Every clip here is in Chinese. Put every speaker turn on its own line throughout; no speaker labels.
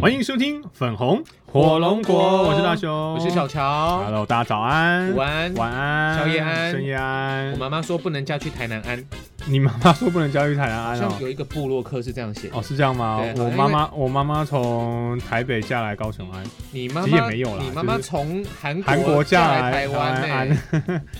欢迎收听粉红
火龙果
我是大雄，我
我是小乔，
Hello，大家早安，
午安
晚安，
宵夜安
深夜安。
我妈妈说不能嫁去台南安，
你妈妈说不能教育台南
好
安
像
哦。
有一个部落客是这样写的。
哦，是这样吗
对？好
我
像
妈妈，我妈妈从台北下来高雄安，
你妈
其实也
妈
没有啦
你妈妈
就是
从韩
韩国
嫁
下
来
来
台
台
湾欸呢
安。。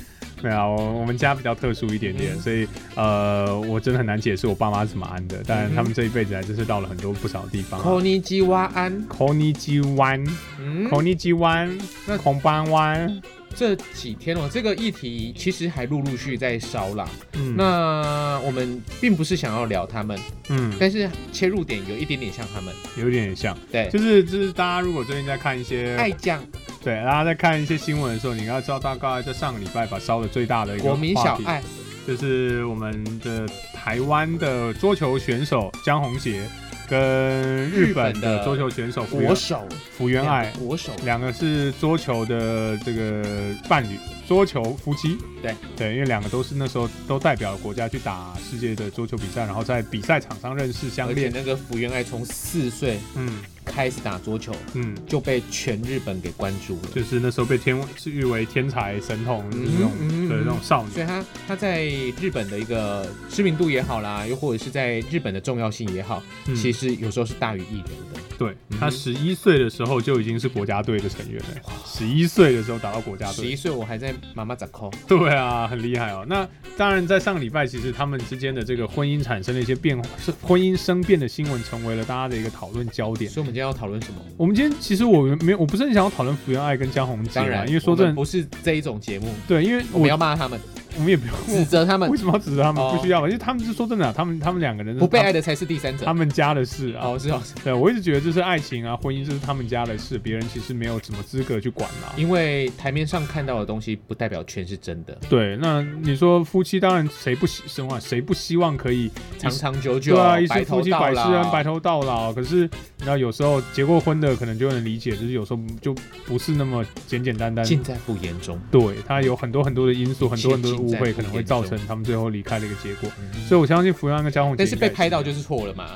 对啊，我我们家比较特殊一点点，
嗯
所以呃，我真的很难解释我爸妈是怎么安的。但
嗯哼
他们这一辈子还真是到了很多不少地方、
口
啊。
尼基哇安，
Konichi 湾，
嗯，
Konichi 湾，
那
红斑湾，
这几天哦，这个议题其实还陆陆续续在烧啦。
嗯，
那我们并不是想要聊他们，
嗯，
但是切入点有一点点像他们。
有点像，
对，哎
就是就是大家如果最近在看一
爱
些，
酱
对，大家在看一些新闻的时候，你要知道大概在上个礼拜吧，烧的最大的一个
国民
话
小
题，
爱，
就是我们的台湾的桌球选手江宏杰跟日本
日本
的
的
桌球选手福
国
原
手，
福原爱，
国手，
两个是桌球的这个伴侣，桌球夫妻。
对
对，因为两个都是那时候都代表国家去打世界的桌球比赛，然后在比赛场上认识相
而且
恋。
那个福原爱从四岁
嗯
开始打桌球，
嗯，
就被全日本给关注了。
就是那时候被天是誉为天才神童，就是那种
嗯嗯嗯
的那种少
所
女。
以他他在日本的一个知名度也好啦，又或者是在日本的重要性也好，
嗯
其实有时候是大于艺人的。
对，
嗯
她十一岁的时候就已经是国家队的成员了。十一岁的时候打到国家
十一
队，
岁我还在妈妈掌控，
对啊，很厉害哦。那当然，在上个礼拜，其实他们之间的这个婚姻产生了一些变化，是婚姻生变的新闻，成为了大家的一个讨论焦点
所以。我们今天要讨论什么？
我们今天其实我没有，我不是很想要讨论福原爱跟江宏杰
当
啊，
然，
因为说
我们
真的，
不是这一种节目，
对，因为我
我们要骂他们，
我们也不用
指责他们
为，什么要指责他们，
哦
不需要吧？因为他们是说真的啊，他们他们两个人
不被爱
的
的才是第三者
他。们家的事啊。
哦，是哦，是
对，我一直觉得这是爱情啊，婚姻这是他们家的事，别人其实没有什么资格去管啊啦、
因为台面上看到的东西不代表全是真的，
对，那你说夫妻当然谁不希生啊，谁不希望可以
长长久久，
对啊，一
白
世夫
头
妻
到
百事安，
老，
白头到老。可是你知道，有时候结过婚的可能就能理解，就是有时候就不是那么简简单单。
尽在不言中。
对，它有很多很多的因素，很多很多的误
尽在
会，
不
可能会
言
造
中
成他们最后离开的一个结果。
嗯
所以我相信福原爱跟江宏杰应该
但是
是，
被拍到就是错了嘛，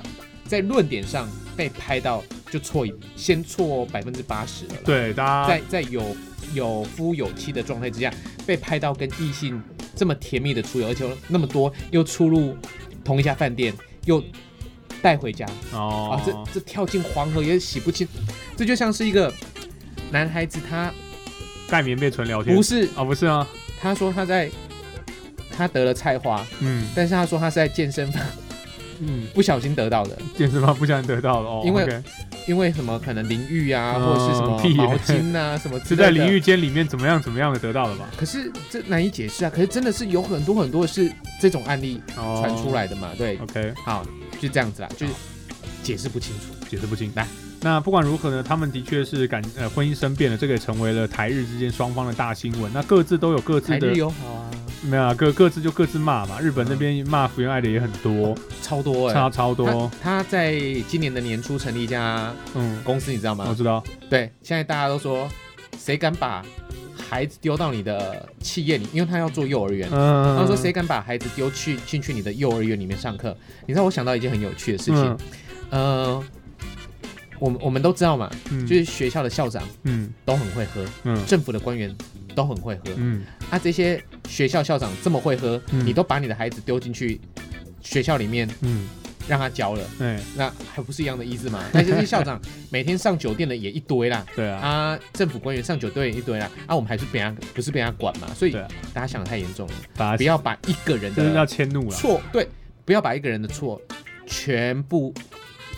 在论点上被拍到就错一，先错百分之八十了啦。，
对啊大家
在在有有夫有妻的状态之下，被拍到跟异性这么甜蜜的出游，而且有那么多又出入同一家饭店，又带回家、
哦、
啊，这这跳进黄河也洗不清，这就像是一个男孩子他
盖棉被纯聊天
不是
啊、不是啊，
他说他在他得了菜花，
嗯
但是他说他是在健身房
嗯，
不小心得到的。
健身房不小心得到了哦，
因为
OK
因为什么可能淋浴啊，
嗯
或者是什
屁
么毛巾 啊，什么之
是
类的
在淋浴。间里面怎么样怎么样的得到了吧？
可是这难以解释啊！可是真的是有很多很多是这种案例
哦，
传出来的嘛？对，
，OK，
好，就这样子啦，就是解释不清楚。
解释不清。来，那不管如何呢，他们的确是感呃婚姻生变了，这个也成为了台日之间双方的大新闻。那各自都有各自
台
的
日友好啊，
没有啊，各各自就各自骂嘛。日本那
嗯
边骂福原爱的也很多，
超多哎、
差超多
他。他在今年的年初成立一家
嗯，
公司，你知道
我
吗？
知道。
对，现在大家都说，谁敢把孩子丢到你的企业里？因为他要做幼儿园，
嗯，
他说谁敢把孩子丢去进去你的幼儿园里面上课？你知道我想到一件很有趣的
嗯
事情，呃，我们我们都知道嘛，
嗯？嗯，
就是学校的校长
嗯
都很会喝，
嗯
政府的官员都很会喝。
嗯
啊，这些学校校长这么会喝，
嗯
你都把你的孩子丢进去学校里面
嗯，
让他教了，
哎，
那还不是一样的意思 嘛？那这些校长每天上酒店的也一堆啦。
对啊，
啊，政府官员上酒店也一堆啦，啊，我们还是被他不是被他管嘛，所以
对啊
大家想的太严重了，
把
不要把一个人
就是要
的
迁怒了。
错对，不要把一个人的错全部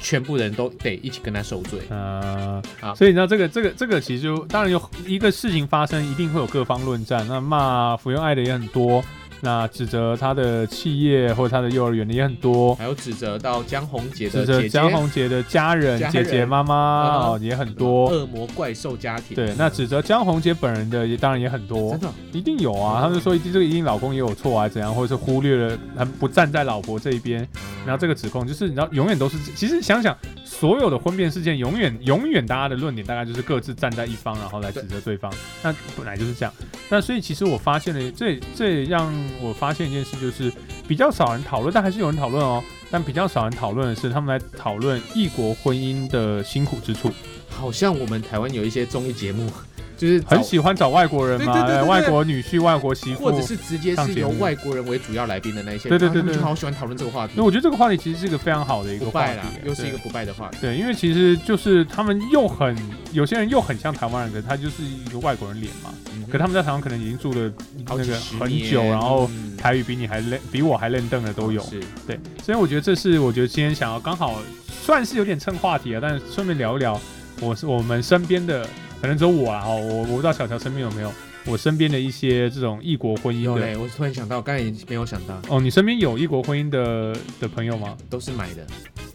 全部人都得一起跟他受罪。
呃
好，
所以你知道这个这个这个其实就当然有一个事情发生，一定会有各方论战。那骂福原爱的也很多，那指责他的企业或者他的幼儿园的也很多，
还有指责到江宏杰
指
的姐
责
姐，
江宏杰的家人、
家
姐
人嗯
姐、妈妈哦也很多。
恶魔怪兽家庭。
对，那指责江宏杰本人的也当然也很多
真，的
一定有啊。
嗯
他们说一定这个一定老公也有错啊，怎样，或者是忽略了，他不站在老婆这一边。然后这个指控就是你知道，永远都是，其实想想所有的婚变事件，永远永远大家的论点大概就是各自站在一方，然后来指责对方。那本来就是这样。那所以其实我发现了，这这也让我发现一件事，就是比较少人讨论，但还是有人讨论哦。但比较少人讨论的是，他们来讨论异国婚姻的辛苦之处。
好像我们台湾有一些综艺节目， 就是找
很喜欢找外国人嘛，哎
对对对对对
外国女婿、外国媳妇，
或者是直接是由外国人为主要来宾的那一些，
对对对对
然后他们
对
就好喜欢讨论这个话题
那，我觉得这个话题其实是一个非常好的一个
不
话
败
题
啦
啊，，
又是一个
对
不败的话题。
对，因为其实就是他们又很有些人又很像台湾人，可是他就是一个外国人脸嘛。
嗯哼
可他们在台湾可能已经住了那
好几
个
十
很
年
久，然后
嗯
台语比你还练，比我还练凳的都有。
是
对，所以我觉得这是我觉得今天想要刚好算是有点蹭话题啊，但是顺便聊一聊我是我们身边的，可能只有我啊，哦，我我不知道小乔身边有没有我身边的一些这种异国婚姻
有
的。
嘞，我突然想到，刚才也没有想到，
哦，你身边有异国婚姻的的朋友吗？
都是买的，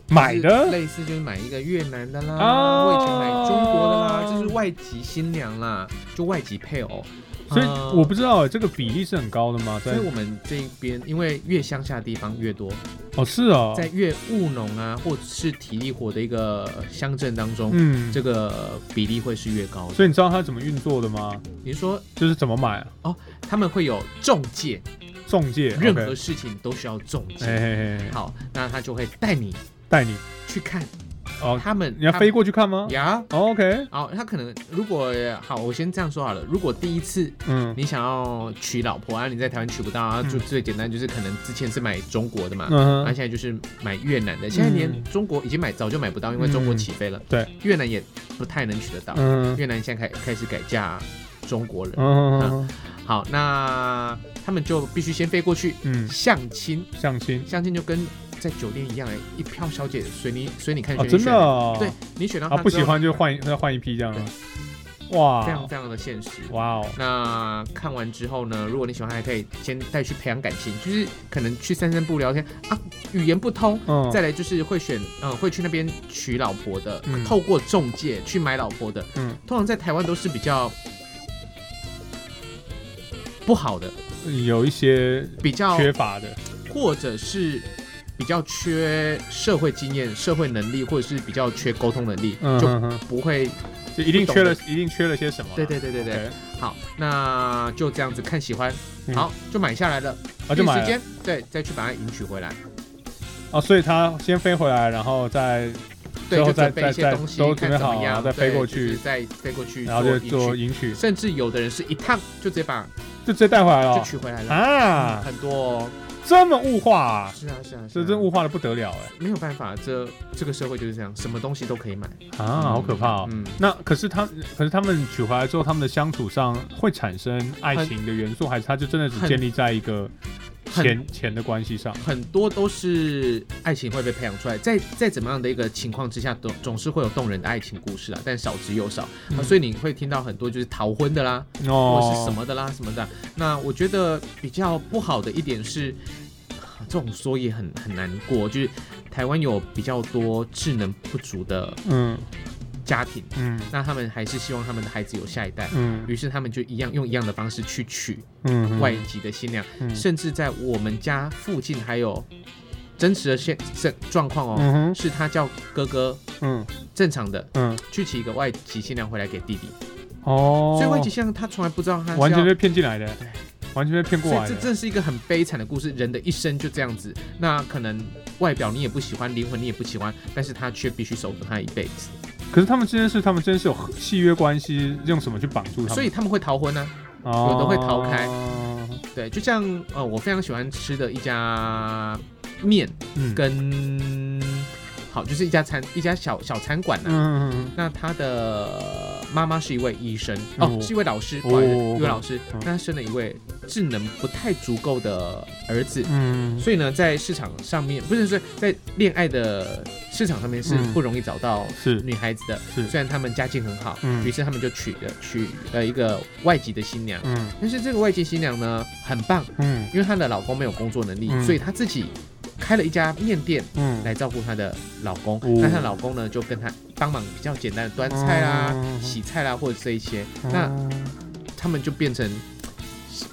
买
就是
的
类似就是买一个越南的啦，
啊
我以前买中国的啦，就是外籍新娘啦，就外籍配偶，
所以
呃
我不知道欸这个比例是很高的吗？
所
在
以我们这一边，因为越乡下的地方越多，
哦是哦，
在越务农啊，或者是体力活的一个乡镇当中，
嗯，
这个比例会是越高的。
所以你知道它怎么运作的吗？
你说
就是怎么买啊？
他们会有中介，
中介，
任
OK
何事情都需要中
哎
介。
哎哎，
好，那他就会带你
带你
去看
哦，
他们，
你要
他
飞过去看吗、哦
呀。
o k
好，他可能如果好，我先这样说好了。如果第一次
嗯
你想要娶老婆啊，你在台湾娶不到啊，
嗯
就最简单就是可能之前是买中国的嘛，
嗯
那、
哼，
现在就是买越南的。现在连中国已经买早就买不到，因为中国起飞了。
嗯对，
越南也不太能娶得到。
嗯
越南现在开开始改嫁中国人。
嗯
好，那他们就必须先飞过去
嗯，
相亲，
相亲
相亲就跟在酒店一样哎、一票小姐随你随你看
哦，
选、
真的、
选
哦，
对你选到
啊，
她
不
之
喜
后，
欢就换一再换一批这样啊，哇，
非常非常的现实。
哇哦，
那看完之后呢，如果你喜欢，还可以先带去培养感情，就是可能去散散步聊天啊，语言不通。
嗯，
再来就是会选，呃，会去那边娶老婆的，
嗯
透过中介去买老婆的，
嗯
通常在台湾都是比较不好的，
有一些
比较
缺乏的，
或者是比较缺社会经验、社会能力，或者是比较缺沟通能力，
嗯
就
哼哼，
不会。
就一定缺了，一定缺了些什么啦，
对对对对对
OK，
好，那就这样子看喜欢，
嗯
好就买下来了，
啊就买
第
了
一时间对，再去把它迎娶回来，
哦，所以他先飞回来，然后再
对，
最后
就
再
准备一
再
些
再
东西，
都
看
准备
怎
好
么
然后
样，
再飞
对
过
就是
去
再飞过去，
然后就
做
做
迎娶。
迎娶，
甚至有的人是一趟就直接把
就直接带回来
就
了
娶回来了，嗯
哦啊，
很多哦。
这么物化、啊，
是啊是啊，
这
是啊
真物化的不得了哎、
没有办法，这这个社会就是这样，什么东西都可以买
啊，好可怕哦！
嗯，
那可是他，可是他们娶回来之后，他们的相处上会产生爱情的元素，还是他就真的只
很
建立在一个
很
钱钱的关系上？
很多都是爱情会被培养出来，在在怎么样的一个情况之下，总总是会有动人的爱情故事啊，但少之又少、
嗯
啊，所以你会听到很多就是逃婚的啦，
哦，
或者是什？么的啦什么的。那我觉得比较不好的一点是，啊这种说也很很难过，就是台湾有比较多智能不足的
嗯
家庭，
嗯
那他们还是希望他们的孩子有下一代。
嗯
于是他们就一样用一样的方式去娶
嗯，
外籍的新娘，
嗯
甚至在我们家附近还有真实的现现状况哦，
嗯哼
是他叫哥哥
嗯
正常的
嗯
去娶一个外籍新娘回来给弟弟，
哦，
所以外籍新娘她从来不知道她是要
完全被骗进来的
对，
完全被骗过
所
来
以这
的。
真是一个很悲惨的故事，人的一生就这样子。那可能外表你也不喜欢，灵魂你也不喜欢，但是他却必须守护她一辈子，
可是他们之间是他们之间是有契约关系，用什么去绑住他们？
所以他们会逃婚呢、啊。
哦
有的会逃开对，就像呃，我非常喜欢吃的一家面
嗯
跟好，就是一家餐一家小小餐馆呢、
嗯嗯
那他的妈妈是一位医生哦
哦，
是一位老师，
哦
不好意思，
哦
一位老师
嗯。
那他生了一位智能不太足够的儿子，
嗯
所以呢，在市场上面不是是在恋爱的市场上面是
嗯
不容易找到
是
女孩子的。
是
虽然他们家境很好，
嗯
于是他们就娶了娶了一个外籍的新娘。
嗯
但是这个外籍新娘呢，很棒，
嗯
因为她的老公没有工作能力，
嗯
所以她自己开了一家面店
嗯
来照顾她的老公。
哦
那她老公呢，就跟她帮忙比较简单的端菜啦、
嗯
洗菜啦，或者这一些。那
嗯
他们就变成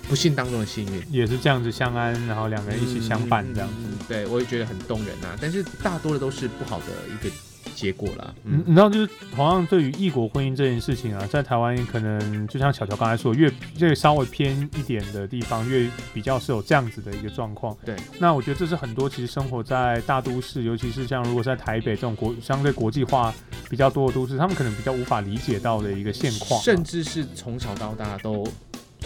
不幸当中的幸运。
也是这样子相安，然后两个人一起相伴这样
嗯
子。
嗯嗯嗯对，我也觉得很动人啊。但是大多的都是不好的一个结果啦。
你
嗯
你知道，就是同样对于异国婚姻这件事情啊，在台湾可能就像巧巧刚才说，越越稍微偏一点的地方，越比较是有这样子的一个状况。
对，
那我觉得这是很多其实生活在大都市，尤其是像如果是在台北这种国相对国际化比较多的都市，他们可能比较无法理解到的一个现况啊、
甚至是从小到大都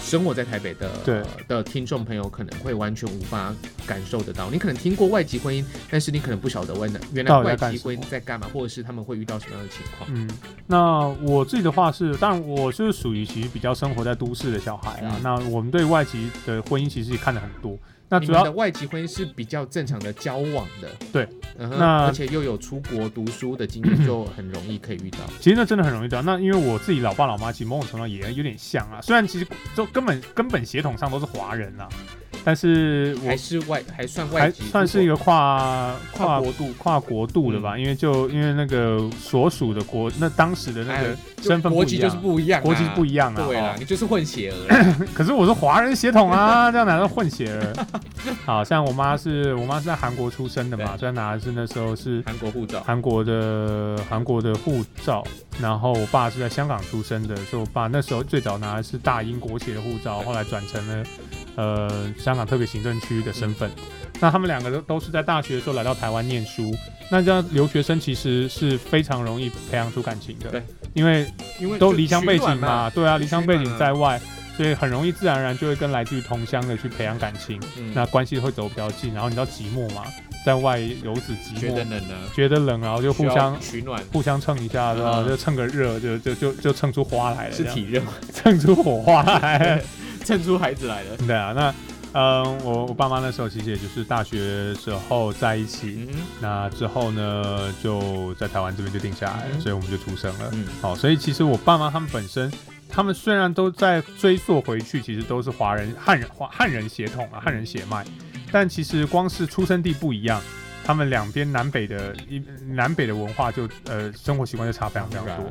生活在台北的呃
对
的听众朋友，可能会完全无法感受得到。你可能听过外籍婚姻，但是你可能不晓得外原来
到底在
外
干
籍
什
婚
么
姻在干嘛，或者是他们会遇到什么样的情况。
嗯，那我自己的话是，当然我是属于其实比较生活在都市的小孩啊。
嗯
那我们对外籍的婚姻其实也看得很多。那
你
主
们
要
的外籍婚姻是比较正常的交往的，
对，
嗯哼，
那
而且又有出国读书的经验，就很容易可以遇到。
其实那真的很容易的。那因为我自己老爸老妈其实某种程度上也有点像啊，虽然其实就根本根本血统上都是华人啊，但是
还
我
是外还算外
还
籍，
算是一个跨
跨国度。嗯
跨国度的吧，因为就因为那个所属的国，那当时的那
哎
个
就
身份不
国
一
籍就是
样，
不一样啊，
国籍不
一
一样啊。
对啦
哦，
你就是混血儿 啊啦。
可是我是华人血统啊，这样难道混血 儿？好像我妈是我妈是在韩国出生的嘛，
对
虽然拿的是那时候是
韩国护照，
韩国的韩国的护照，然后我爸是在香港出生的，所以我爸那时候最早拿的是大英国企的护照，后来转成了呃香港特别行政区的身份。那他们两个都都是在大学的时候来到台湾念书，那这样留学生其实是非常容易培养出感情的，
对，
因为
因为
都
就
离乡
取
背
暖
景嘛，对啊，离乡背
取暖
景在外，所以很容易自然而然就会跟来自于同乡的去培养感情，
嗯
那关系会走比较近。然后你知道寂寞嘛，在外游子寂
嗯觉得
寞，
冷呢，
觉得冷，然后就互相
需要取暖
互相蹭一下，对吧？
嗯
就蹭个热，就就就就蹭出花来了，
是
这样
体热，
蹭出火花来。
衬出孩子来了。
对啊，那嗯，我我爸妈那时候其实也就是大学时候在一起，
嗯
那之后呢就在台湾这边就定下来了，
嗯
所以我们就出生了。
嗯，
好、所以其实我爸妈他们本身，他们虽然都在追溯回去，其实都是华人、汉人、华汉人血统
嗯
啊，汉人血脉，但其实光是出生地不一样，他们两边南北的一南北的文化就呃生活习惯就差非常非常多。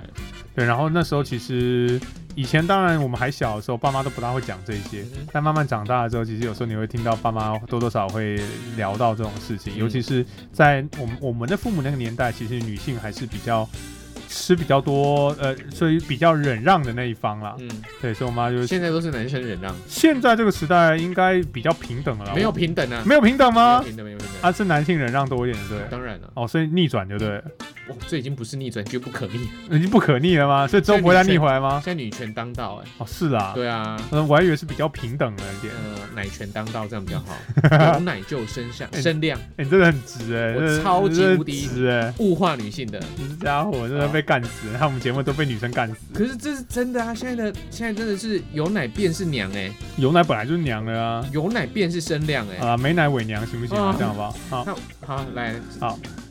对，然后那时候其实以前当然我们还小的时候，爸妈都不大会讲这些
嗯哼，
但慢慢长大了之后，其实有时候你会听到爸妈多多少少会聊到这种事情，
嗯
尤其是在我们我们的父母那个年代，其实女性还是比较。吃比较多，呃，所以比较忍让的那一方啦。
嗯，
对，所以我妈就是
现在都是男生忍让，
现在这个时代应该比较平等了啦。
没有平等啊，
没有平等
没
吗
有？平等，没有平等。
啊，是男性忍让多一点，对不对。
当然了，
哦，所以逆转就对了，
哇，这已经不是逆转，绝不可逆。
已经不可逆了吗？所以之后不会再逆回来吗
现？在女权当道，哎，
哦，是啦。
对啊，
嗯，我还以为是比较平等了一点。
呃，奶权当道这样比较好， 有奶就有身上
哎
身量，
欸你真的很直哎、
我
真的
超级
真的
无敌
直哎、
物化女性的。
你这家伙真的被干死了，
啊
看我们节目都被女生干死。
可是这是真的啊！现在的现在真的是有奶便是娘哎、
有奶本来就是娘的啊，
有奶便是身量哎、
啊，没奶伪娘行不行啊
啊？
这样好不好？好，
那好来，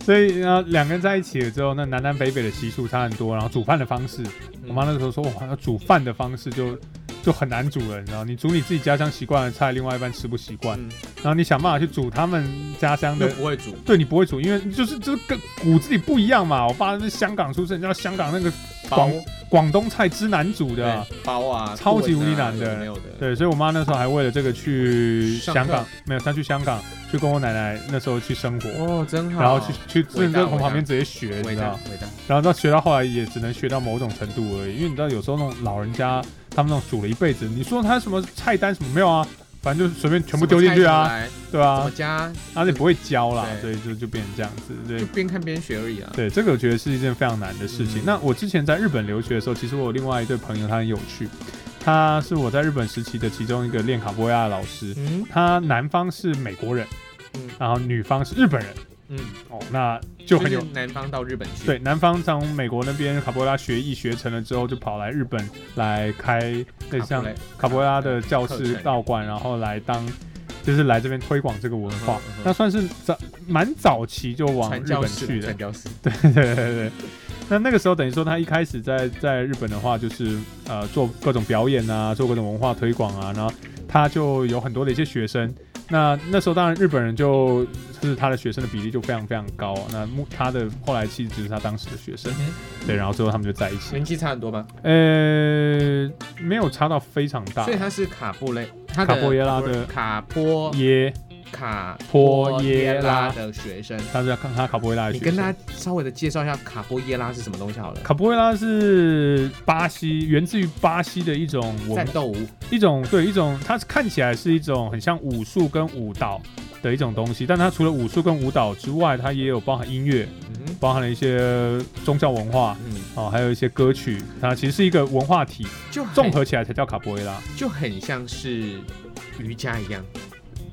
所以啊，两个人在一起了之后，那南南北北的习俗差很多，然后煮饭的方式，
嗯
我妈那时候说，哇，那煮饭的方式就就很难煮了，你知道，你煮你自己家乡习惯的菜，另外一半吃不习惯，
嗯
然后你想办法去煮他们家乡
又
的
不会煮，
对你不会煮，因为就是就是跟骨子里不一样嘛。我爸是香港出生，你知道香港那个广广东菜之难煮的啊、
对包啊，
超级
棍啊
无敌难的
有没有的，
对，所以我妈那时候还为了这个去
上
香
课
港，没有，她去香港去跟我奶奶那时候去生活，
哦，真好。
然后去去
伟
真
大
的从
伟大
旁边直接学，你
伟
知
大
道，
伟大，
然后到学到后来也只能学到某种程度而已，因为你知道有时候那种老人家他们那种煮了一辈子，你说他什么菜单什么没有啊，反正就随便全部丢进去
什
啊，
么菜
对
怎么来，怎么
啊，
加
然后你不会教啦，所
对
以就就变成这样子，对
就。边看边学而已啊。
对，这个我觉得是一件非常难的事情。
嗯
那我之前在日本留学的时候，其实我有另外一对朋友，他很有趣，他是我在日本时期的其中一个练卡波亚的老师，
嗯
他男方是美国人，
嗯
然后女方是日本人，
嗯，
哦，那就很有。
是南方到日本去，
对，男方从美国那边卡波拉学艺学成了之后，就跑来日本来开类似
卡
像
布雷，
卡波拉的教
课
师
程
道馆，然后来当就是来这边推广这个文化
嗯哼嗯哼，
那算是早蛮早期就往
传
日
教
本
士
去的
传。教士，
对对对对。那那个时候等于说他一开始在在日本的话，就是呃做各种表演啊，做各种文化推广啊，然后他就有很多的一些学生。那那时候当然日本人就呃就是他的学生的比例就非常非常高、啊那目他的后来妻子就是他当时的学生，
嗯
对，然后最后他们就在一起。
年纪差很多吗？
呃，没有差到非常大
所以。他是卡布雷，他的
卡波耶拉的
卡波
耶
卡
波
耶
耶
拉
拉
的学生。
他是要看他卡波维拉的
你
学
跟
生
大家稍微的介绍一下卡波耶拉是什么东西好了。
卡波维拉是巴西，源自于巴西的一种文
战斗舞，
一种对一种，它是看起来是一种很像武术跟舞蹈的一种东西，但它除了武术跟舞蹈之外，它也有包含音乐，
嗯哼
包含了一些宗教文化
嗯，
哦，还有一些歌曲，它其实是一个文化体，
就很
综合起来才叫卡波维拉。
就很像是瑜伽一样，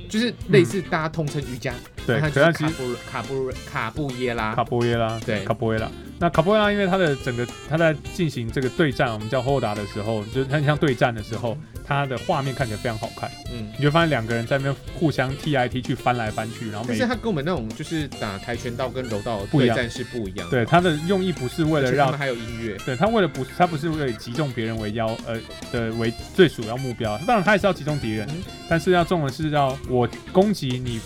就是类似大家通称瑜伽，
对，
但
可
啊它就是
它其
是
实
卡布卡布卡布耶拉
卡，波维拉，
对
卡波维拉。那卡波维拉，因为它的整个它在进行这个对战，我们叫后打的时候，就是它很像对战的时候，它的画面看起来非常好看，
嗯，
你就发现两个人在那边互相踢来踢去，翻来翻去，然后
但
每
是它跟我们那种就是打跆拳道跟柔道
不一
对
样
战是不一样的，
对它的用意不是为
而
了
且他
让
们还有音乐，
对他为了不，他不是为了以击中别人为要呃的为最主要目标，当然他也是要击中敌人
嗯，
但是要中的是要我攻击你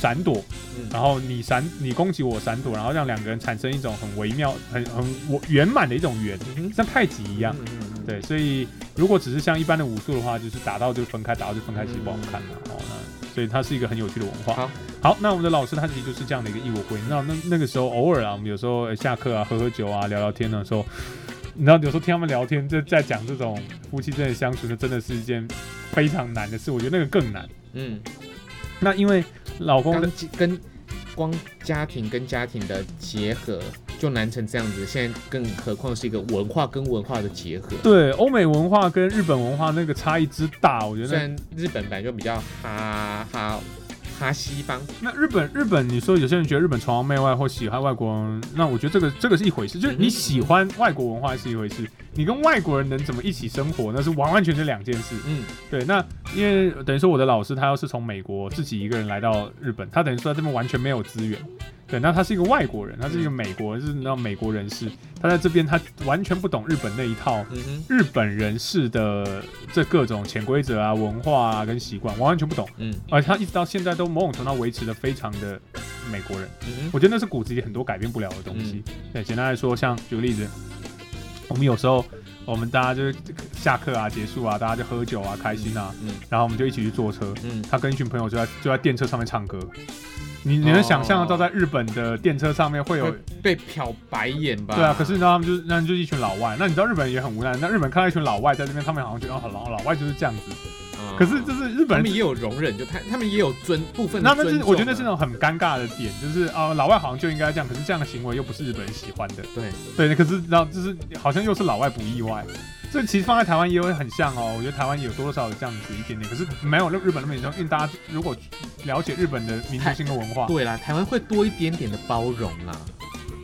闪躲，
嗯
然后你闪你攻击我闪躲，然后让两个人产生一种很微妙、很很我圆满的一种圆，
嗯哼
像太极一样。
嗯嗯嗯
对，所以如果只是像一般的武术的话，就是打到就分开，打到就分开，其实不好看嘛。哦，那所以它是一个很有趣的文化。
好，
那我们的老师他其实就是这样的一个异国婚姻。那那那个时候偶尔啊，我们有时候呃下课啊，喝喝酒啊，聊聊天的时候，你知道有时候听他们聊天，就在讲这种夫妻之间的相处，那真的是一件非常难的事。我觉得那个更难。
嗯，
那因为老公的
光跟光家庭跟家庭的结合就难成这样子，现在更何况是一个文化跟文化的结合。
对欧美文化跟日本文化那个差异之大，我觉
虽
得
然日本本来就比较哈哈哈西方，
那那日本日本，你说有些人觉得日本崇洋媚外或喜欢外国人，那我觉得这个这个是一回事，就是
嗯哼
你喜欢外国文化是一回事，你跟外国人能怎么一起生活，那是完完全全两件事。
嗯，
对，那因为等于说我的老师他要是从美国自己一个人来到日本，他等于说他这边完全没有资源。对，那他是一个外国人，他是一个美国，是那种美国人士，他在这边他完全不懂日本那一套
嗯哼，
日本人士的这各种潜规则啊、文化啊跟习惯，完完全不懂，
嗯
而他一直到现在都某种程度上维持的非常的美国人。
嗯哼，
我觉得那是骨子里很多改变不了的东西。
嗯
对，简单来说，像举个例子，我们有时候呃我们大家就是下课啊、结束啊，大家就喝酒啊、开心啊，
嗯
然后我们就一起去坐车。
嗯，
他跟一群朋友就在就在电车上面唱歌，你你能想象到在日本的电车上面会有？
哦会被瞟白眼吧？
对啊，可是你知道他们就是那就是一群老外，那你知道日本人也很无奈，那日本看到一群老外在这边，他们好像觉得哦，老老外就是这样子。
啊
可是就是日
他
本
们
人，
也有容忍，就他他们也有尊部分的
那那
尊
是
重啊
我觉得是那种很尴尬的点，就是啊、老外好像就应该这样，可是这样的行为又不是日本人喜欢的。
对，
对，可是然后就是好像又是老外不意外，所以其实放在台湾也有很像哦。我觉得台湾也有多多少少有这样子一点点，可是没有那日本那么严重，因为大家如果了解日本的民族性跟文化，
对啦，台湾会多一点点的包容啦。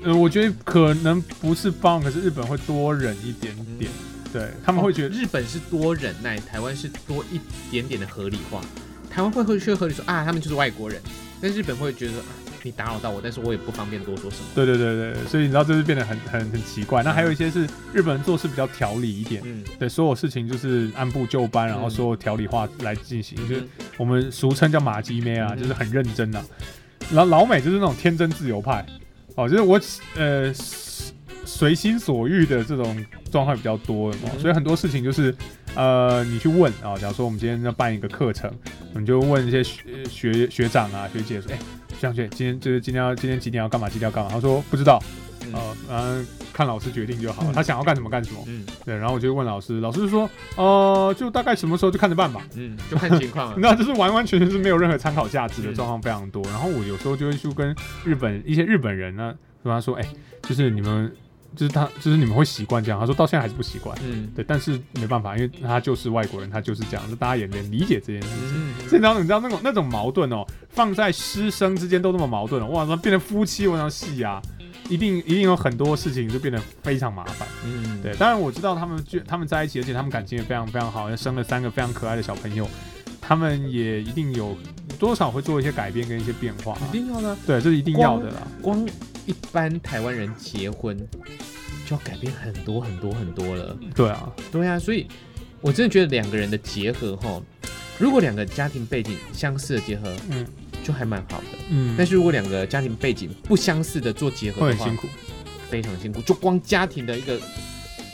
呃，我觉得可能不是帮，可是日本会多忍一点点，对他
他
们会觉得。
哦日本是多忍耐，台湾是多一点点的合理化。台湾会会去合理说啊，他们就是外国人，但日本会觉得说啊，你打扰到我，但是我也不方便多说什么。
对对对对，对所以你知道这是变得很很很奇怪。那还有一些是日本人做事比较条理一点，
嗯，
对所有事情就是按部就班，然后
嗯
所有条理化来进行，就是我们俗称叫马鸡妹啊，
嗯
就是很认真啊。然后老美就是那种天真自由派，哦，就是我呃随心所欲的这种状态比较多，哦
嗯
所以很多事情就是呃你去问啊、假如说我们今天要办一个课程，我们就问一些学呃学学长啊学姐说，哎、学长学姐今天就是今天要今天几点要干嘛，几点要干嘛？他说不知道，
嗯
呃，然后看老师决定就好了，
嗯
他想要干什么干什么。
嗯
对，然后我就问老师，老师就说，呃，就大概什么时候就看着办吧。
嗯，就看情况 了。
那就是完完全全是没有任何参考价值的状况非常多。然后我有时候就会去跟日本一些日本人呢，跟他说，哎、就是你们，就是他，就是你们会习惯这样。他说到现在还是不习惯，
嗯
对，但是没办法，因为他就是外国人，他就是这样，那大家也能理解这件事情。
嗯，
所以然后你知道那种那种矛盾哦，放在师生之间都那么矛盾了、哦哇，那变成夫妻，我想戏啊，一定一定有很多事情就变得非常麻烦。
嗯，
对，当然我知道他们就他们在一起，而且他们感情也非常非常好，生了三个非常可爱的小朋友，他们也一定有多少会做一些改变跟一些变化啊、
一定要的。
对，这是一定要的啦。
光一般台湾人结婚就要改变很多很多很多了。
对啊，
对啊，所以我真的觉得两个人的结合哈，如果两个家庭背景相似的结合，
嗯
就还蛮好的。
嗯，
但是如果两个家庭背景不相似的做结合
会
的
很
话，
辛苦。
非常辛苦。就光家庭的一个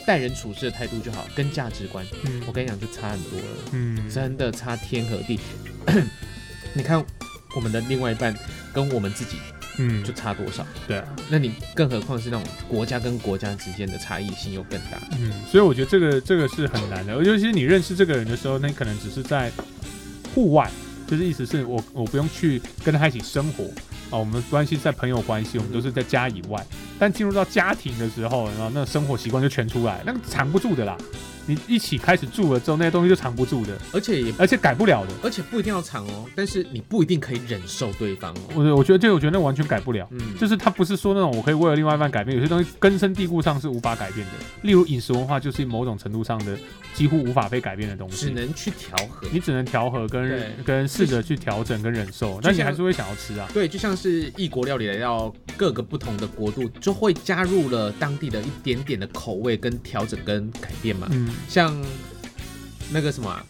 待人处事的态度就好，跟价值观，
嗯
我跟你讲就差很多了，
嗯
真的差天和地。你看我们的另外一半跟我们自己
嗯
就，差多少？
对啊，
那你更何况是那种国家跟国家之间的差异性又更大。
嗯，所以我觉得这个这个是很难的，尤其是你认识这个人的时候，那你可能只是在户外，就是意思是我我不用去跟他一起生活啊，我们关系是在朋友关系，我们都是在家以外。但进入到家庭的时候，然后那生活习惯就全出来，那个藏不住的啦。你一起开始住了之后，那些东西就藏不住的，
而且也
而且改不了的。
而且不一定要长哦，但是你不一定可以忍受对方哦。
我我觉得这个我觉得那完全改不了。
嗯，
就是他不是说那种我可以为了另外一半改变，有些东西根深蒂固上是无法改变的。例如饮食文化就是某种程度上的几乎无法被改变的东
只
西，
能去调和。
你只能调和跟
对
跟试着去调整跟忍受，但你还是会想要吃啊。
对，就像是异国料理来到各个不同的国度，就会加入了当地的一点点的口味跟调整跟改变嘛。
嗯，
像那个什么啊、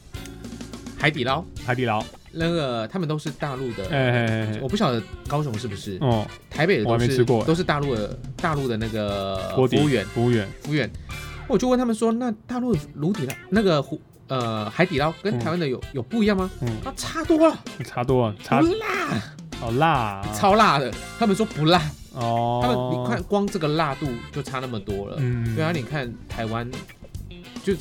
海底捞，
海底捞，
那个他们都是大陆的，
哎哎哎，
我不晓得高雄是不是，
哦，
台北的
我还
都
没
是
吃过哎
都是大陆的大陆的那个
锅底
呃服务员
服务员，
服务员，我就问他们说，那大陆的卤底捞那个胡呃海底捞
嗯
跟台湾的有、有不一样吗？
嗯，
啊，差多了，
差多了，
不
差
辣，
好辣啊，
超辣的。他们说不辣，
哦，
他们你看，光这个辣度就差那么多了。
嗯，
对啊，你看台湾，就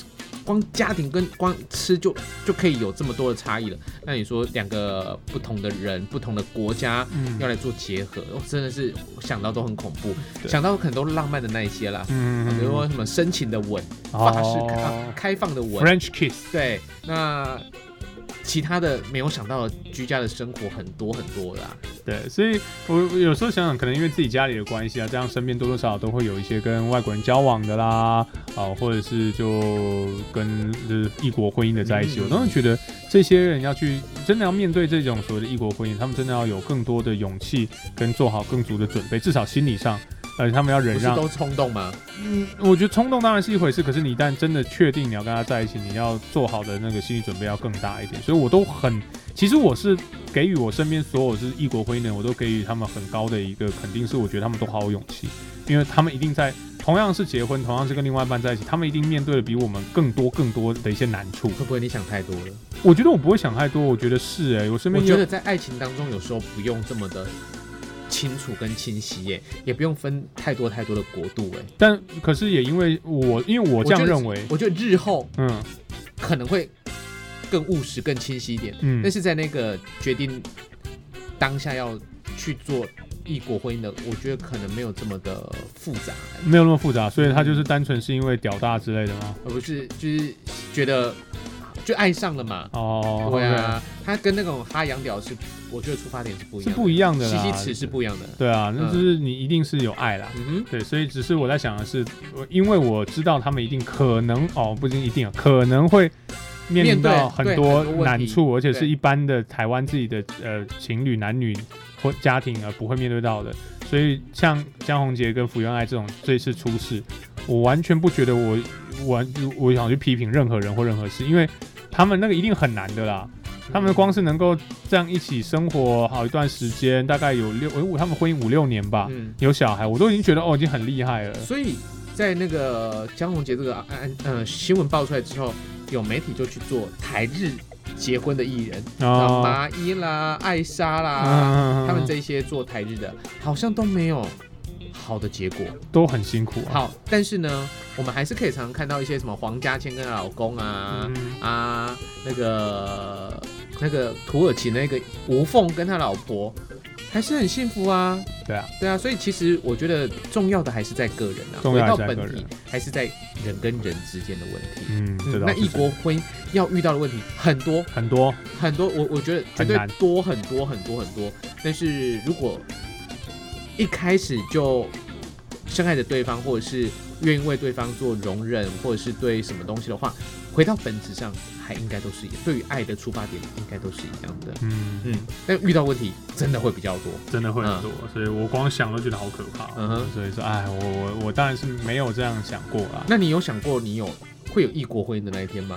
光家庭跟光吃就就可以有这么多的差异了。那你说两个不同的人、不同的国家
嗯，
要来做结合，哦、真的是想到都很恐怖，
对
想到很多浪漫的那一些啦，
嗯，嗯，
比如说什么深情的吻、法式开、啊
哦
开放的吻，
，French kiss，
对，那。其他的没有想到，居家的生活很多很多啦。
对，所以我我有时候想想，可能因为自己家里的关系啊，这样身边多多少少都会有一些跟外国人交往的啦，啊，或者是就跟就是异国婚姻的在一起，
嗯
我当然觉得这些人要去真的要面对这种所谓的异国婚姻，他们真的要有更多的勇气跟做好更足的准备，至少心理上，而且他们要忍
不是
让。
都冲动吗？
嗯，我觉得冲动当然是一回事，可是你一旦真的确定你要跟他在一起，你要做好的那个心理准备要更大一点。所以我都很，其实我是给予我身边所有是异国婚姻的人，我都给予他们很高的一个肯定，是我觉得他们都好有勇气，因为他们一定在同样是结婚，同样是跟另外一半在一起，他们一定面对的比我们更多更多的一些难处。
会不会你想太多了？
我觉得我不会想太多，我觉得是欸诶、我身
我
边
觉
有
得在爱情当中，有时候不用这么的清楚跟清晰耶，也不用分太多太多的国度哎。
但可是也因为我因为我这样
我觉得
认为，
我觉得日后
嗯
可能会更务实、更清晰一点，但
嗯，
是在那个决定当下要去做异国婚姻的，我觉得可能没有这么的复杂耶，
没有那么复杂，所以他就是单纯是因为屌大之类的吗？
而不是就是觉得就爱上了嘛。
哦，
对啊，他跟那种哈洋屌是，我觉得出发点是不一
是
样的，
不一样的
西
啦，
西池是不一样的。
对啊，那
嗯
就是你一定是有爱啦。
嗯哼，
对，所以只是我在想的是，我因为我知道他们一定可能哦，不一定一定啊，可能会面临
面对
到很
对
多
很多问
难
题
处，而且是
对
一般的台湾自己的呃情侣男女或家庭而不会面对到的。所以像江宏杰跟福原爱这种这次出事，我完全不觉得我完我想去批评任何人或任何事，因为他们那个一定很难的啦。他们光是能够这样一起生活好一段时间，大概有六，哎我他们婚姻五六年吧，
嗯。
有小孩，我都已经觉得哦，已经很厉害了。
所以在那个江宏杰这个案呃新闻爆出来之后，有媒体就去做台日结婚的艺人，啊、
哦，
麻衣啦、艾莎啦，
嗯
啊他们这些做台日的，好像都没有好的结果。
都很辛苦啊。
好，但是呢，我们还是可以常常看到一些什么黄家千跟她老公啊、
嗯
啊，那个那个土耳其那个吴凤跟他老婆。还是很幸福啊，
对啊，
对啊，所以其实我觉得重要的还是在个人啊，
重要还是
回到
在
本
个人
体还是在人跟人之间的问题。
嗯，
嗯
这倒
那
是
异国婚姻要遇到的问题很多
很多，
很多，我我觉得绝
很
对
难
多很多很多很多。但是如果一开始就深爱着对方，或者是愿意为对方做容忍，或者是对什么东西的话，回到本质上还应该都是一对于爱的出发点应该都是一样的。
嗯，
嗯，但遇到问题真的会比较多。
真的会很
嗯
多，所以我光想都觉得好可怕哦。
嗯哼
所以说，哎，我我我当然是没有这样想过啊。
那你有想过你有会有异国婚姻的那一天吗？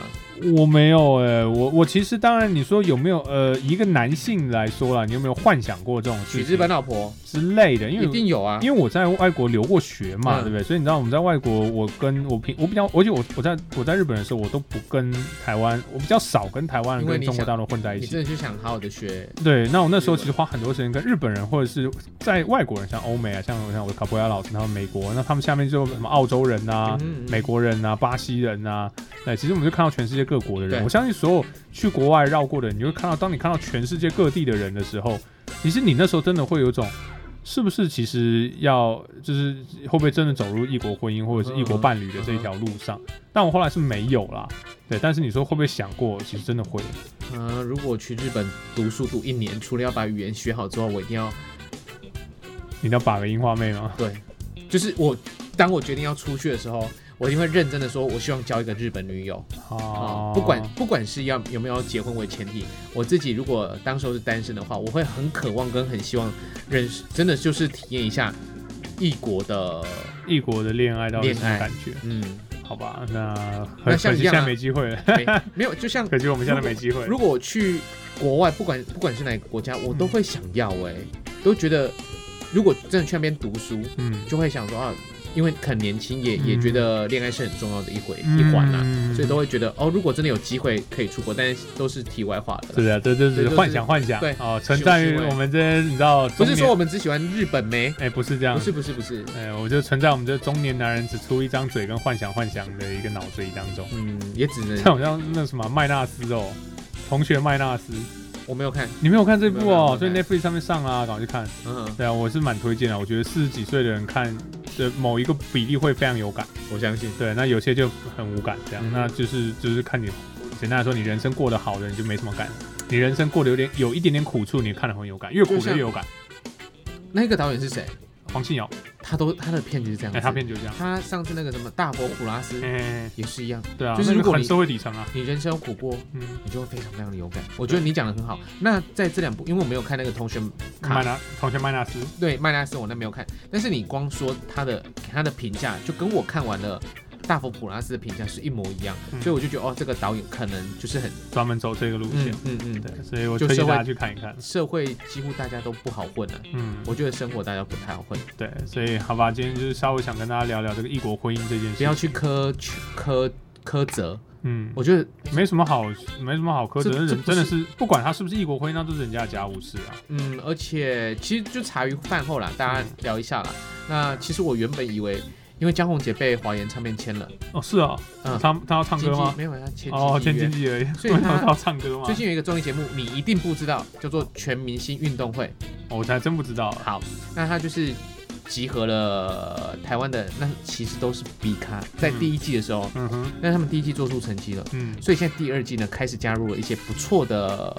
我没有哎、我我其实当然你说有没有呃，一个男性来说啦，你有没有幻想过这种
娶
事
日本
情
老婆
之类的？因
一
为
定有啊，
因为我在外国留过学嘛，
嗯
对不对？所以你知道我们在外国，我跟我平我比较，而且我我在我在日本的时候，我都不跟台湾，我比较少跟台湾人
因为
跟
你
中国
想
大陆混在一
你
起。
真的就想好好的学
对，那我那时候
日文
其实花很多时间跟日本人，或者是在外国人，像欧美啊，像像我的卡布亚老师，他们美国，那他们下面就有什么澳洲人啊、
嗯
美国人啊、巴西人啊，对，其实我们就看到全世界各国的人。
对
我相信所有去国外绕过的人，你会看到，当你看到全世界各地的人的时候，其实你那时候真的会有一种，是不是其实要就是会不会真的走入异国婚姻或者是异国伴侣的这一条路
嗯
上？但我后来是没有啦，对。但是你说会不会想过？其实真的会。
嗯，如果去日本读书读一年，除了要把语言学好之后，我一定要
你要把个樱花妹 吗？
对，就是我当我决定要出去的时候，我一定会认真的说，我希望交一个日本女友啊、
哦，
不管不管是要有没有要结婚为前提，我自己如果当时候是单身的话，我会很渴望跟很希望认识，真的就是体验一下异国的，
异国的恋爱到底是什么
恋爱
感觉？
嗯，
好吧，那
那
可
像
可
你
惜
一
现
样
在
啊
没机会了，
没没有，就像
可惜我们现在没机会。
如果去国外，不管不管是哪个国家，我都会想要哎、都觉得如果真的去那边读书，
嗯，
就会想说啊，因为很年轻，也也
嗯
觉得恋爱是很重要的一回、一环啊啦、
嗯
所以都会觉得哦，如果真的有机会可以出国，但是都是题外话的
是
啦。
的，这这
对
啊是
就是
幻想幻想，
对
哦，存在
虚
于
伪
我们这些你知道，
不是
中
说
年
我们只喜欢日本妹，
哎，不是这样
不，是不是不是，
哎，我就存在我们这中年男人只出一张嘴跟幻想幻想的一个脑子里当中，
嗯，也只能
这 好像那什么麦纳斯哦，同学麦纳斯，
我没有 看，
你没有看这部
没有没有
哦，
没
所以
有
Netflix 上面上啊，赶快去看。
嗯，
对啊，我是蛮推荐的，我觉得四十几岁的人看的某一个比例会非常有感。
我相信，
对，那有些就很无感，这样，
嗯
那就是就是看你，简单来说，你人生过得好的，你就没什么感；你人生过得有点有一点点苦处，你看得很有感，越苦
就
的
像
越有感。
那个导演是谁？
黄信尧，
他都他的片就是这样
哎、
子，
他片就这样，
他上次那个什么大佛普拉斯
哎、
也是一样，
对啊，
嗯就是
那
如
个
果
很
你
社会底层啊，
你人生有苦过，
嗯，
你就会非常非常的有感。我觉得你讲的很好。那在这两部，因为我没有看那个同学卡
麦纳同学麦纳斯，
对麦纳斯，我那没有看，但是你光说他的他的评价，就跟我看完了大佛普拉斯的评价是一模一样，
嗯
所以我就觉得哦，这个导演可能就是很
专门走这个路线，
嗯嗯，
对，所以我
就
推荐
社会
大家去看一看，
社会几乎大家都不好混啊，
嗯，
我觉得生活大家不太好混，
对，所以好吧，今天就是稍微想跟大家聊聊这个异国婚姻这件事，
不要去，苛去苛苛责，
嗯。
我觉得
没什么好，没什么好苛责，
这
人
这不
真的
是
是不管他是不是异国婚姻，那都是人家的家务事啊。
嗯，而且其实就茶余饭后啦，大家聊一下啦。那其实我原本以为，因为江宏杰被华研唱片签了，
哦，是啊，
嗯
他他要唱
经
歌
纪
吗？
没有，他签
哦，
经
签
纪
经纪
约。
而已，
所以他
他要唱歌吗？
最近有一个综艺节目，你一定不知道，叫做《全明星运动会》。
哦我才真不知道。啊
好，那它就是集合了台湾的，那其实都是 B 咖，在第一季的时候，
嗯哼，
那、他们第一季做出成绩了，
嗯
所以现在第二季呢开始加入了一些不错的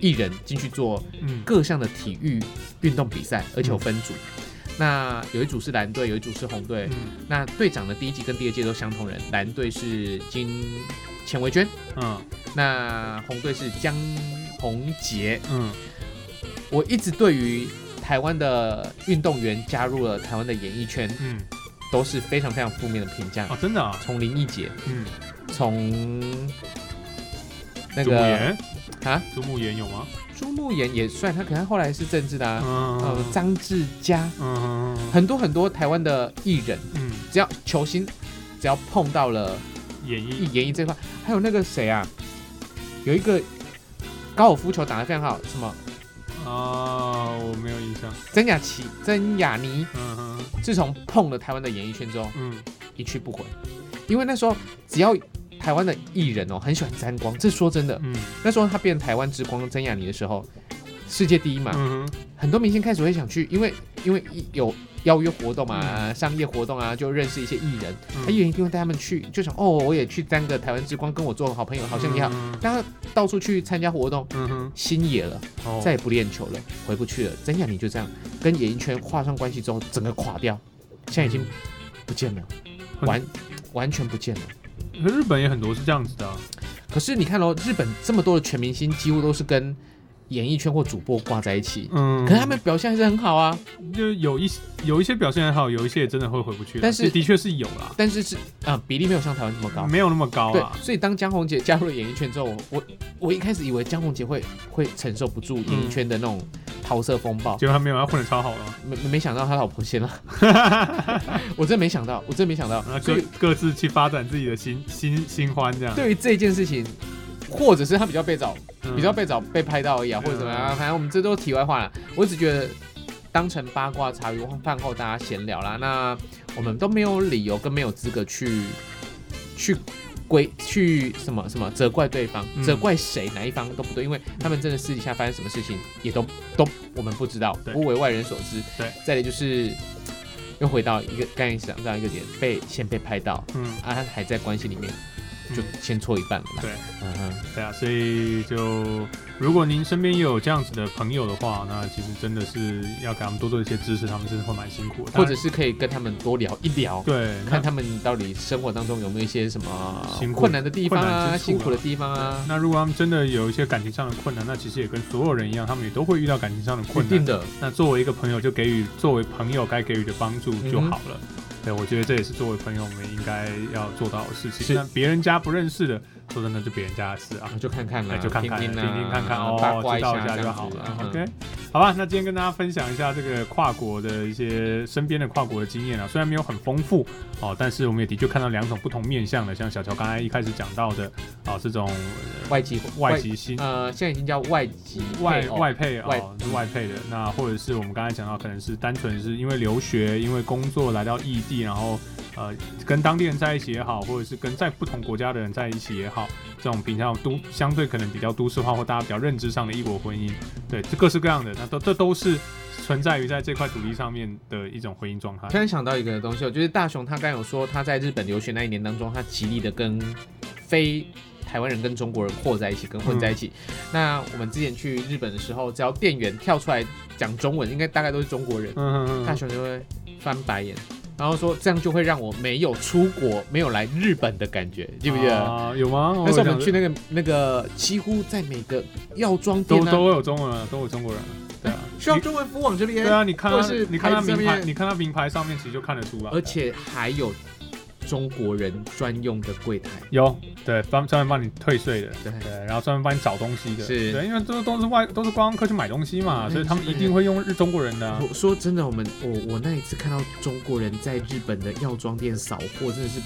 艺人进去做
嗯
各项的体育运动比赛，而且有分组。那有一组是蓝队，有一组是红队。
嗯
那队长的第一季跟第二季都相同人，蓝队是金钱维娟，
嗯
那红队是江宏杰。
嗯
我一直对于台湾的运动员加入了台湾的演艺圈，
嗯，
都是非常非常负面的评价
哦，。真的啊，
从林奕杰，
嗯，
从那
祖母
个
岩
啊，
祖母岩有吗？
朱木炎也算，他可能他后来是政治的啊。呃
嗯，
张志佳，
嗯嗯
很多很多台湾的艺人，
嗯，
只要球星，只要碰到了
演
艺
绎
演艺这块，还有那个谁啊，有一个高尔夫球打得非常好，什么
啊，我没有印象。
曾雅琪、曾雅妮，
嗯哼，
自从碰了台湾的演艺圈之后，
嗯
一去不回，因为那时候只要台湾的艺人哦，很喜欢沾光，这说真的，
嗯
那时候他变台湾之光曾雅妮的时候，世界第一嘛，
嗯哼，
很多明星开始会想去，因为因为一有邀约活动啊、
嗯
商业活动啊，就认识一些艺人，他艺人一定会带他们去，就想哦，我也去沾个台湾之光，跟我做个好朋友，好像也好，
嗯
大家到处去参加活动。
嗯哼，
心野了，
哦，
再也不练球了，回不去了。曾雅妮就这样跟演艺圈画上关系之后，整个垮掉，现在已经不见了，
嗯
完完全不见了。
可日本也很多是这样子的啊。
可是你看哦，日本这么多的全明星，几乎都是跟演艺圈或主播挂在一起，
嗯，
可是他们表现还是很好啊。
就有一些有一些表现很好，有一些也真的会回不去了，
但是
这的确是有啦，
但是是啊、比例没有像台湾这么高。
嗯没有那啊么高
对
啦，，
所以当江宏杰加入了演艺圈之后，我我我一开始以为江宏杰会会承受不住演艺圈的那种桃色风暴，
结果他没有，他混的超好了，
没没想到他老婆 先了，我真没想到，我真没想到
然后。
所
各
以
各自去发展自己的新新新欢这样，
对于这件事情，或者是他比较被找
嗯
比较被找被拍到而已啊，
对啊
或者怎么样啊，反正我们这都题外话了。我只觉得当成八卦茶余饭后大家闲聊啦，那我们都没有理由跟没有资格去去归去什么什么责怪对方，
嗯
责怪谁哪一方都不对，因为他们真的私底下发生什么事情也都都我们不知道，
对
不为外人所知。
对，
再来就是又回到一个刚才讲到一个点，被先被拍到
嗯，
啊，他还在关系里面。
嗯
就先错一半了啦。
对，
嗯哼，
对啊，所以就如果您身边也有这样子的朋友的话，那其实真的是要给他们多做一些支持，他们真的会蛮辛苦的，
或者是可以跟他们多聊一聊，
对，那
看他们到底生活当中有没有一些什么
辛苦
困难的地方
困
啊、
难之处啊
辛苦的地方啊，
那如果他们真的有一些感情上的困难，那其实也跟所有人一样，他们也都会遇到感情上的
一
困
定
难。
的，
那作为一个朋友，就给予作为朋友该给予的帮助就好了。
嗯
对，我觉得这也是作为朋友我们应该要做到的事情。
是
那别人家不认识的，说真的就别人家的事啊，
那就看看啦，
那就看看
嗯听
听
听
听
啊
看看
八
哦，
卦
知道一
下
下
这
就
样子
好了
啊。
OK，好吧，那今天跟大家分享一下这个跨国的一些身边的跨国的经验啊，虽然没有很丰富哦，但是我们也的确看到两种不同面向的，像小乔刚才一开始讲到的啊、这种呃
外籍
外籍新
呃，现在已经叫外籍
外
配偶
外配
外
哦，是外配的。那或者是我们刚才讲到，可能是单纯是因为留学、因为工作来到异地，然后呃跟当地人在一起也好，或者是跟在不同国家的人在一起也好，这种平常都相对可能比较都市化或大家比较认知上的异国婚姻，对，这各式各样的，那都这都是存在于在这块土地上面的一种婚姻状态
突。然想到一个东西哦，就是大雄他刚有说他在日本留学那一年当中，他极力的跟非台湾人跟中国人和在一起，跟混在一起。
嗯
那我们之前去日本的时候，只要店员跳出来讲中文，应该大概都是中国人。
嗯，
大雄就会翻白眼，然后说这样就会让我没有出国、没有来日本的感觉，记不记得？
啊有吗？
那时候我们
有
去那个那个，几乎在每个药妆店
都
啊，
都有中文了，都有中国人了，对啊。
需要中文服务网这边，
对啊，你看
或
他
者是，
你看他
牌子上
名牌，
面
你看他名牌上面其实就看得出来。
而且还有中国人专用的柜台，
有，对，专专门帮你退税的，
对
对，然后专门帮你找东西的，
是
对，因为都都是外都是观光客去买东西嘛，
嗯
所以他们一定会用日中国人的、啊。
我说真的，我们我我那一次看到中国人在日本的药妆店扫货，真的是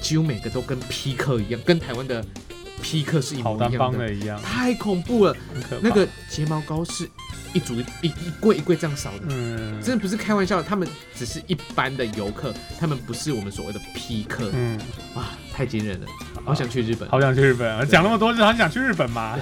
几乎每个都跟匹克一样，跟台湾的匹克是一模
好
一
单
样
帮欸
的，
的一样，
太恐怖了。
很可怕。
那个，睫毛膏是一组一一柜一柜这样扫的，
嗯，
真的不是开玩笑的。他们只是一般的游客，他们不是我们所谓的批客。
嗯，啊
哇，太惊人了！好想去日本，
好想去日本啊，讲那么多就是很想去日本嘛，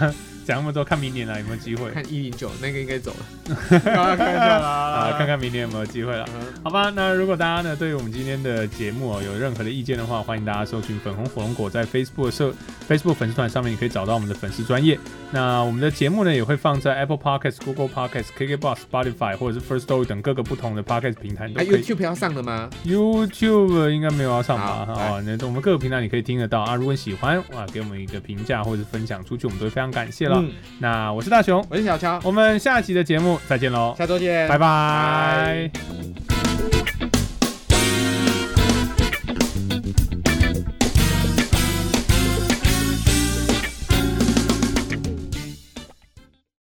讲那么多，看明年了有没有机会
看一零九那个应 该走了。
看看
啊
啊，看看明年有没有机会了。好吧，那如果大家呢对于我们今天的节目、哦、有任何的意见的话，欢迎大家搜寻粉红火龙果在 Facebook 社 Facebook 粉丝团上面，你可以找到我们的粉丝专业。那我们的节目呢也会放在 Apple Podcast、Google Podcast、KKBox、Spotify 或者是 First Story 等各个不同的 Podcast 平台都
哎
可以。
，YouTube 要上了吗？
YouTube 应该没有要上吧？
好
啊，那我们各个平台你可以听得到啊。如果你喜欢哇，给我们一个评价或者分享出去，我们都会非常感谢了。
嗯，
那我是大雄，
我是小乔，
我们下期的节目再见喽，
下周见，
拜拜